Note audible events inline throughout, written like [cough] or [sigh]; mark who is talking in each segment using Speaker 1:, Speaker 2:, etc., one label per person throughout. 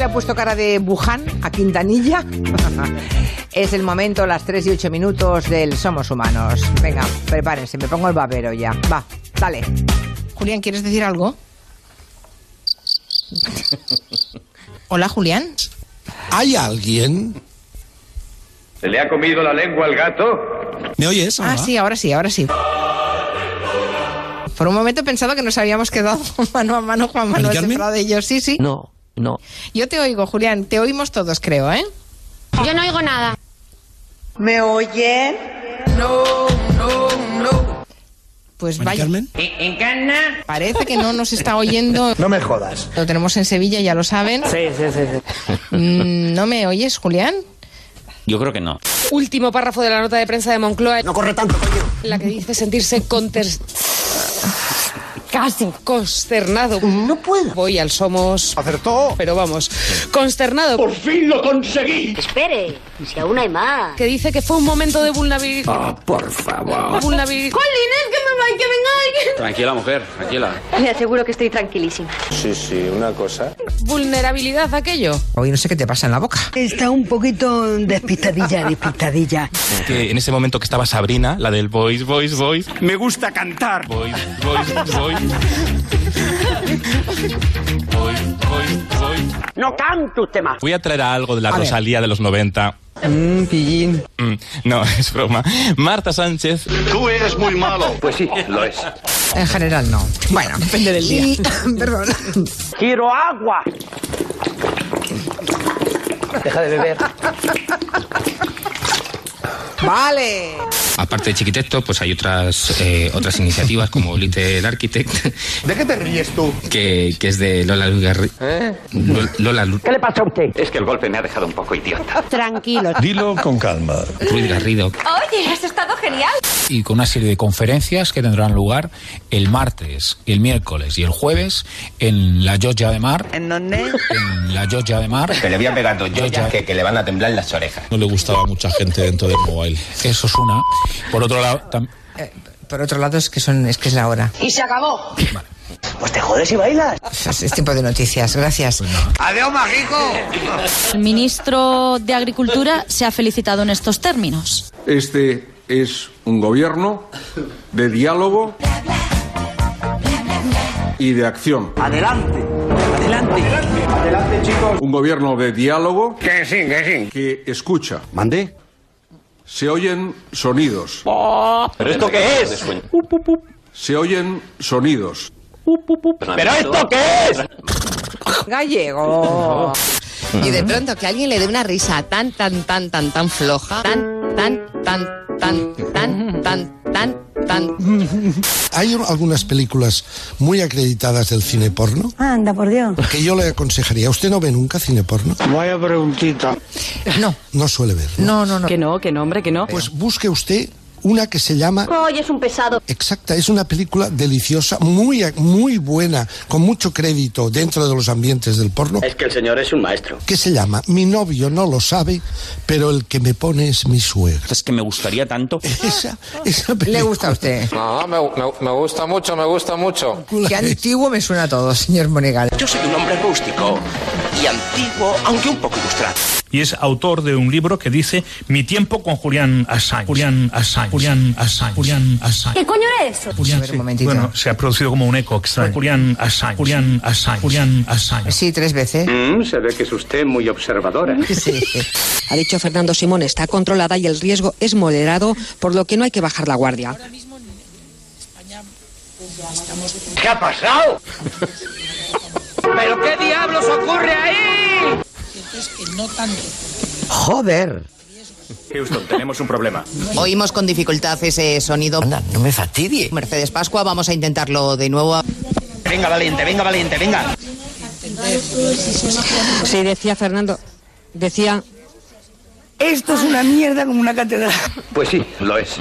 Speaker 1: Le ha puesto cara de Buján a
Speaker 2: [laughs]
Speaker 1: Quintanilla. es el momento, las 3 y 8 minutos del Somos Humanos. Venga, prepárense, me pongo el babero ya. Va, dale.
Speaker 2: Julián, ¿quieres decir algo? Hola, Julián.
Speaker 3: ¿Hay alguien?
Speaker 4: ¿Se le ha comido la lengua al gato?
Speaker 3: ¿Me oyes?
Speaker 2: Ah,
Speaker 3: Alba?
Speaker 2: sí, ahora sí, ahora sí. Por un momento he pensado que nos habíamos quedado [laughs] mano a mano, Juan Manuel
Speaker 3: Carmen?
Speaker 2: Prada y yo. Sí, sí.
Speaker 5: No, no.
Speaker 2: Yo te oigo, Julián. Te oímos todos, creo, ¿eh?
Speaker 6: Yo no oigo nada.
Speaker 7: ¿Me oyen?
Speaker 2: Pues
Speaker 3: Mari
Speaker 2: vaya.
Speaker 3: Carmen.
Speaker 2: Parece que no nos está oyendo. [laughs] No me jodas. Lo tenemos en Sevilla, ya lo saben. Sí, sí, sí. ¿No me oyes, Julián?
Speaker 5: Yo creo que no.
Speaker 8: Último párrafo de la nota de prensa de Moncloa. No corre tanto, coño. La que dice sentirse conter... Casi consternado. No puedo. Voy al Somos. Acertó. Pero vamos. Consternado.
Speaker 6: Espere, si aún hay más.
Speaker 8: Que dice que fue un momento de vulnerabilidad. Ah, por favor. Vulnerabilidad.
Speaker 9: Tranquila, mujer, tranquila.
Speaker 6: Le aseguro que estoy tranquilísima.
Speaker 9: Sí, sí, una cosa.
Speaker 8: Vulnerabilidad aquello.
Speaker 1: Hoy no sé qué te pasa en la boca.
Speaker 7: Está un poquito despistadilla, despistadilla.
Speaker 10: que en ese momento que estaba Sabrina, la del voice, voice, voice. Me gusta cantar. Voice, voice, voice. Voice, voice, voice.
Speaker 7: No canto usted más.
Speaker 10: Voy a traer a algo de la Rosalía de los 90. Mm, no, [laughs] es broma. Marta Sánchez.
Speaker 4: Tú eres muy malo. Pues sí, lo es.
Speaker 1: En general
Speaker 2: [laughs]
Speaker 1: no. Bueno, depende del día. [laughs] perdón.
Speaker 7: Quiero agua.
Speaker 1: Vale.
Speaker 9: Aparte de Chiquitecto, pues hay otras eh, otras iniciativas como Little Architect. ¿De qué te ríes tú? ¿Eh? Que, que es de Lola Luz Garri- Lol- Lola Lu-
Speaker 7: ¿Qué le pasa a usted?
Speaker 4: Es que el golpe me ha dejado un poco idiota.
Speaker 6: Tranquilo.
Speaker 3: Dilo con calma.
Speaker 9: Ruiz Garrido.
Speaker 6: Oye, has estado genial.
Speaker 11: y con una serie de conferencias que tendrán lugar el martes, el miércoles y el jueves en la Georgia de Mar.
Speaker 7: ¿En dónde?
Speaker 11: En la Georgia de Mar.
Speaker 9: le voy a pegar dos
Speaker 11: yoyas que-
Speaker 9: le van a temblar las orejas.
Speaker 10: No le gustaba a mucha gente dentro del mobile.
Speaker 11: Eso es una. Por otro lado, tam-
Speaker 1: Por otro lado, es que, son, es, que es la hora.
Speaker 7: Y se acabó. Pues te jodes y bailas.
Speaker 1: Es, es tiempo de noticias. Gracias.
Speaker 4: ¡Adiós, mágico!
Speaker 6: El ministro de Agricultura se ha felicitado en estos términos.
Speaker 9: Este es un gobierno de diálogo y de acción.
Speaker 7: Adelante. Adelante. Adelante, chicos.
Speaker 9: Un gobierno de diálogo
Speaker 4: Que sí, que sí.
Speaker 9: que escucha.
Speaker 4: ¿Mandé?
Speaker 9: Se oyen sonidos.
Speaker 4: ¿Pero esto qué es?
Speaker 9: Se oyen sonidos.
Speaker 4: ¿Pero esto qué es?
Speaker 1: Gallego.
Speaker 2: Y de pronto que alguien le dé una risa tan, tan, tan, tan, tan floja. Tan, tan, tan, tan, tan, tan, tan, tan.
Speaker 3: Hay un- algunas películas muy acreditadas del cine porno
Speaker 7: Anda, por Dios.
Speaker 3: que yo le aconsejaría. ¿Usted no ve nunca cine porno?
Speaker 7: Vaya preguntita.
Speaker 1: No,
Speaker 3: No suele ver. ¿no?
Speaker 1: no, no, no.
Speaker 3: Pues busque usted una que se llama
Speaker 6: Oye, es un pesado.
Speaker 3: Exacta, es una película deliciosa, muy, muy buena, con mucho crédito dentro de los ambientes del porno,
Speaker 4: Es que el señor es un maestro.
Speaker 3: que se llama Mi novio no lo sabe, pero el que me pone es mi suegra.
Speaker 5: Es que me gustaría tanto.
Speaker 3: Esa, esa película.
Speaker 1: Le gusta a usted.
Speaker 9: No, Ah, me, me- me gusta mucho, me gusta mucho.
Speaker 1: Qué antiguo me suena todo, señor Monegal.
Speaker 4: Yo soy un hombre rústico y antiguo, aunque un poco ilustrado.
Speaker 11: y es autor de un libro que dice Mi tiempo con Julián Assange. Julián Assange. Julián Assange. Julián Assange.
Speaker 6: ¿Qué coño era eso?
Speaker 1: A ver, un momentito.
Speaker 11: Bueno, se ha producido como un eco extraño. Julián Assange. Julián Assange. Julián Assange.
Speaker 1: Sí, tres veces.
Speaker 4: Mm, se ve que es usted muy observadora.
Speaker 1: Sí.
Speaker 8: Ha dicho Fernando Simón, está controlada y el riesgo es moderado, por lo que no hay que bajar la guardia.
Speaker 4: ¿Qué ha pasado? ¿Pero qué diablos ocurre ahí?
Speaker 1: Joder.
Speaker 4: Houston, tenemos un problema.
Speaker 2: Oímos con dificultad ese sonido.
Speaker 1: no me fastidie.
Speaker 2: Mercedes Pascua, vamos a intentarlo de nuevo.
Speaker 4: Venga, valiente, venga, valiente, ¿eh? venga.
Speaker 8: Sí, decía Fernando. Decía.
Speaker 7: Esto es una mierda como una catedral.
Speaker 4: Pues sí, lo es.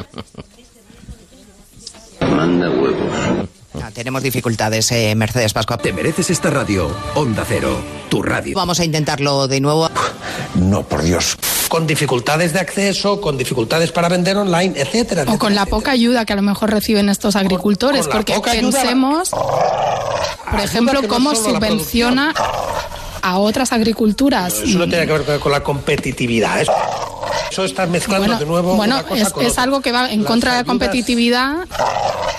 Speaker 4: Manda huevos.
Speaker 2: Ah, tenemos dificultades, eh, Mercedes Pascua.
Speaker 9: Te mereces esta radio, Onda Cero, tu radio.
Speaker 2: Vamos a intentarlo de nuevo.
Speaker 9: No, por Dios.
Speaker 7: Con dificultades de acceso, con dificultades para vender online, etcétera.
Speaker 8: O con la poca ayuda que a lo mejor reciben estos agricultores,
Speaker 7: Con la
Speaker 8: porque
Speaker 7: poca ayuda-
Speaker 8: pensemos, por ejemplo,
Speaker 7: que no
Speaker 8: cómo
Speaker 7: solo la
Speaker 8: subvenciona
Speaker 3: a otras agriculturas.
Speaker 2: Eso no tiene que ver con la competitividad. Eso, eso estás mezclando de nuevo
Speaker 3: Bueno,
Speaker 2: una cosa
Speaker 3: es,
Speaker 2: con
Speaker 3: es
Speaker 2: otra.
Speaker 3: algo que va en
Speaker 2: Las
Speaker 3: contra de la
Speaker 2: ayudas-
Speaker 3: competitividad,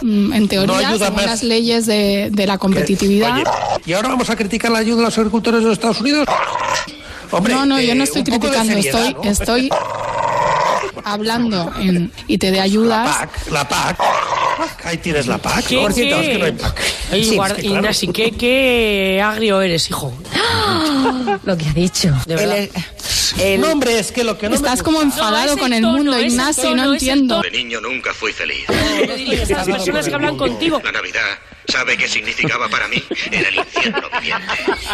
Speaker 3: mm, en teoría,
Speaker 2: ayuda
Speaker 3: según
Speaker 2: más.
Speaker 3: las leyes de, de la competitividad.
Speaker 2: Oye, ¿y ahora vamos a criticar la ayuda a los agricultores de los Estados Unidos? Hombre,
Speaker 3: no, no, yo no
Speaker 2: eh,
Speaker 3: estoy
Speaker 2: un poco de
Speaker 3: criticando,
Speaker 2: seriedad,
Speaker 3: estoy,
Speaker 2: ¿no? [laughs]
Speaker 3: estoy hablando en, y te de ayudas.
Speaker 2: La PAC. Ahí tienes la PAC.
Speaker 8: ¿Qué,
Speaker 2: Por cierto,
Speaker 8: qué?
Speaker 2: es que no hay PAC.
Speaker 8: Oye,
Speaker 2: Sí,
Speaker 8: guarda-
Speaker 2: es que claro.
Speaker 8: Ignacy, ¿qué, qué agrio eres, hijo.
Speaker 12: Lo que ha dicho.
Speaker 8: De verdad.
Speaker 2: No, hombre, es que lo que no me
Speaker 3: Estás como enfadado con el mundo, Ignacio, y no entiendo.
Speaker 4: De niño nunca fui feliz.
Speaker 8: Las personas que hablan contigo.
Speaker 4: La Navidad, ¿sabe qué significaba para mí? Era el infierno viviente.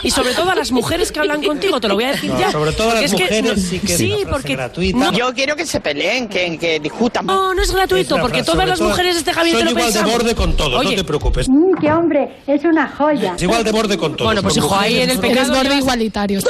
Speaker 8: Y sobre todo a las mujeres que hablan contigo, te lo voy a decir
Speaker 4: No,
Speaker 8: ya.
Speaker 4: sobre todo a
Speaker 8: Porque
Speaker 4: las
Speaker 8: es
Speaker 4: mujeres
Speaker 8: no-
Speaker 4: sí que es
Speaker 8: sí,
Speaker 4: una frase
Speaker 8: porque
Speaker 4: gratuita.
Speaker 8: Yo quiero que se peleen, que, discutan. No, no es
Speaker 2: Es una
Speaker 8: gratuito, porque
Speaker 2: frase,
Speaker 8: todas
Speaker 2: sobre
Speaker 8: las
Speaker 2: todo,
Speaker 8: mujeres de este Javier
Speaker 2: soy
Speaker 8: te lo
Speaker 2: igual de
Speaker 8: pensamos.
Speaker 2: borde con todos, no
Speaker 8: Oye,
Speaker 2: te preocupes.
Speaker 13: Mm, ¡Qué hombre! Es una joya.
Speaker 2: Es igual de borde con todos.
Speaker 8: Bueno, pues,
Speaker 2: con
Speaker 8: hijo, ahí
Speaker 2: mujeres,
Speaker 8: en el
Speaker 2: con
Speaker 3: Eres
Speaker 8: pecado
Speaker 2: hombres.
Speaker 3: gordo igualitario.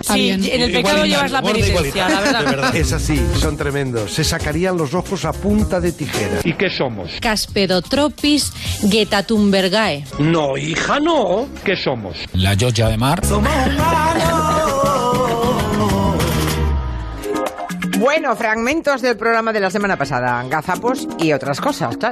Speaker 3: Está
Speaker 8: Sí,
Speaker 3: bien.
Speaker 8: en el pecado llevas la
Speaker 2: gordo
Speaker 8: penitencia, la verdad.
Speaker 14: Es así, son tremendos. Se sacarían los ojos a punta de tijera. ¿Y qué somos?
Speaker 15: Casperotropis getatumbergae.
Speaker 14: No, hija, no. ¿Qué somos?
Speaker 10: La Georgia de Mar.
Speaker 1: Bueno, fragmentos del programa de la semana pasada, gazapos y otras cosas, claro.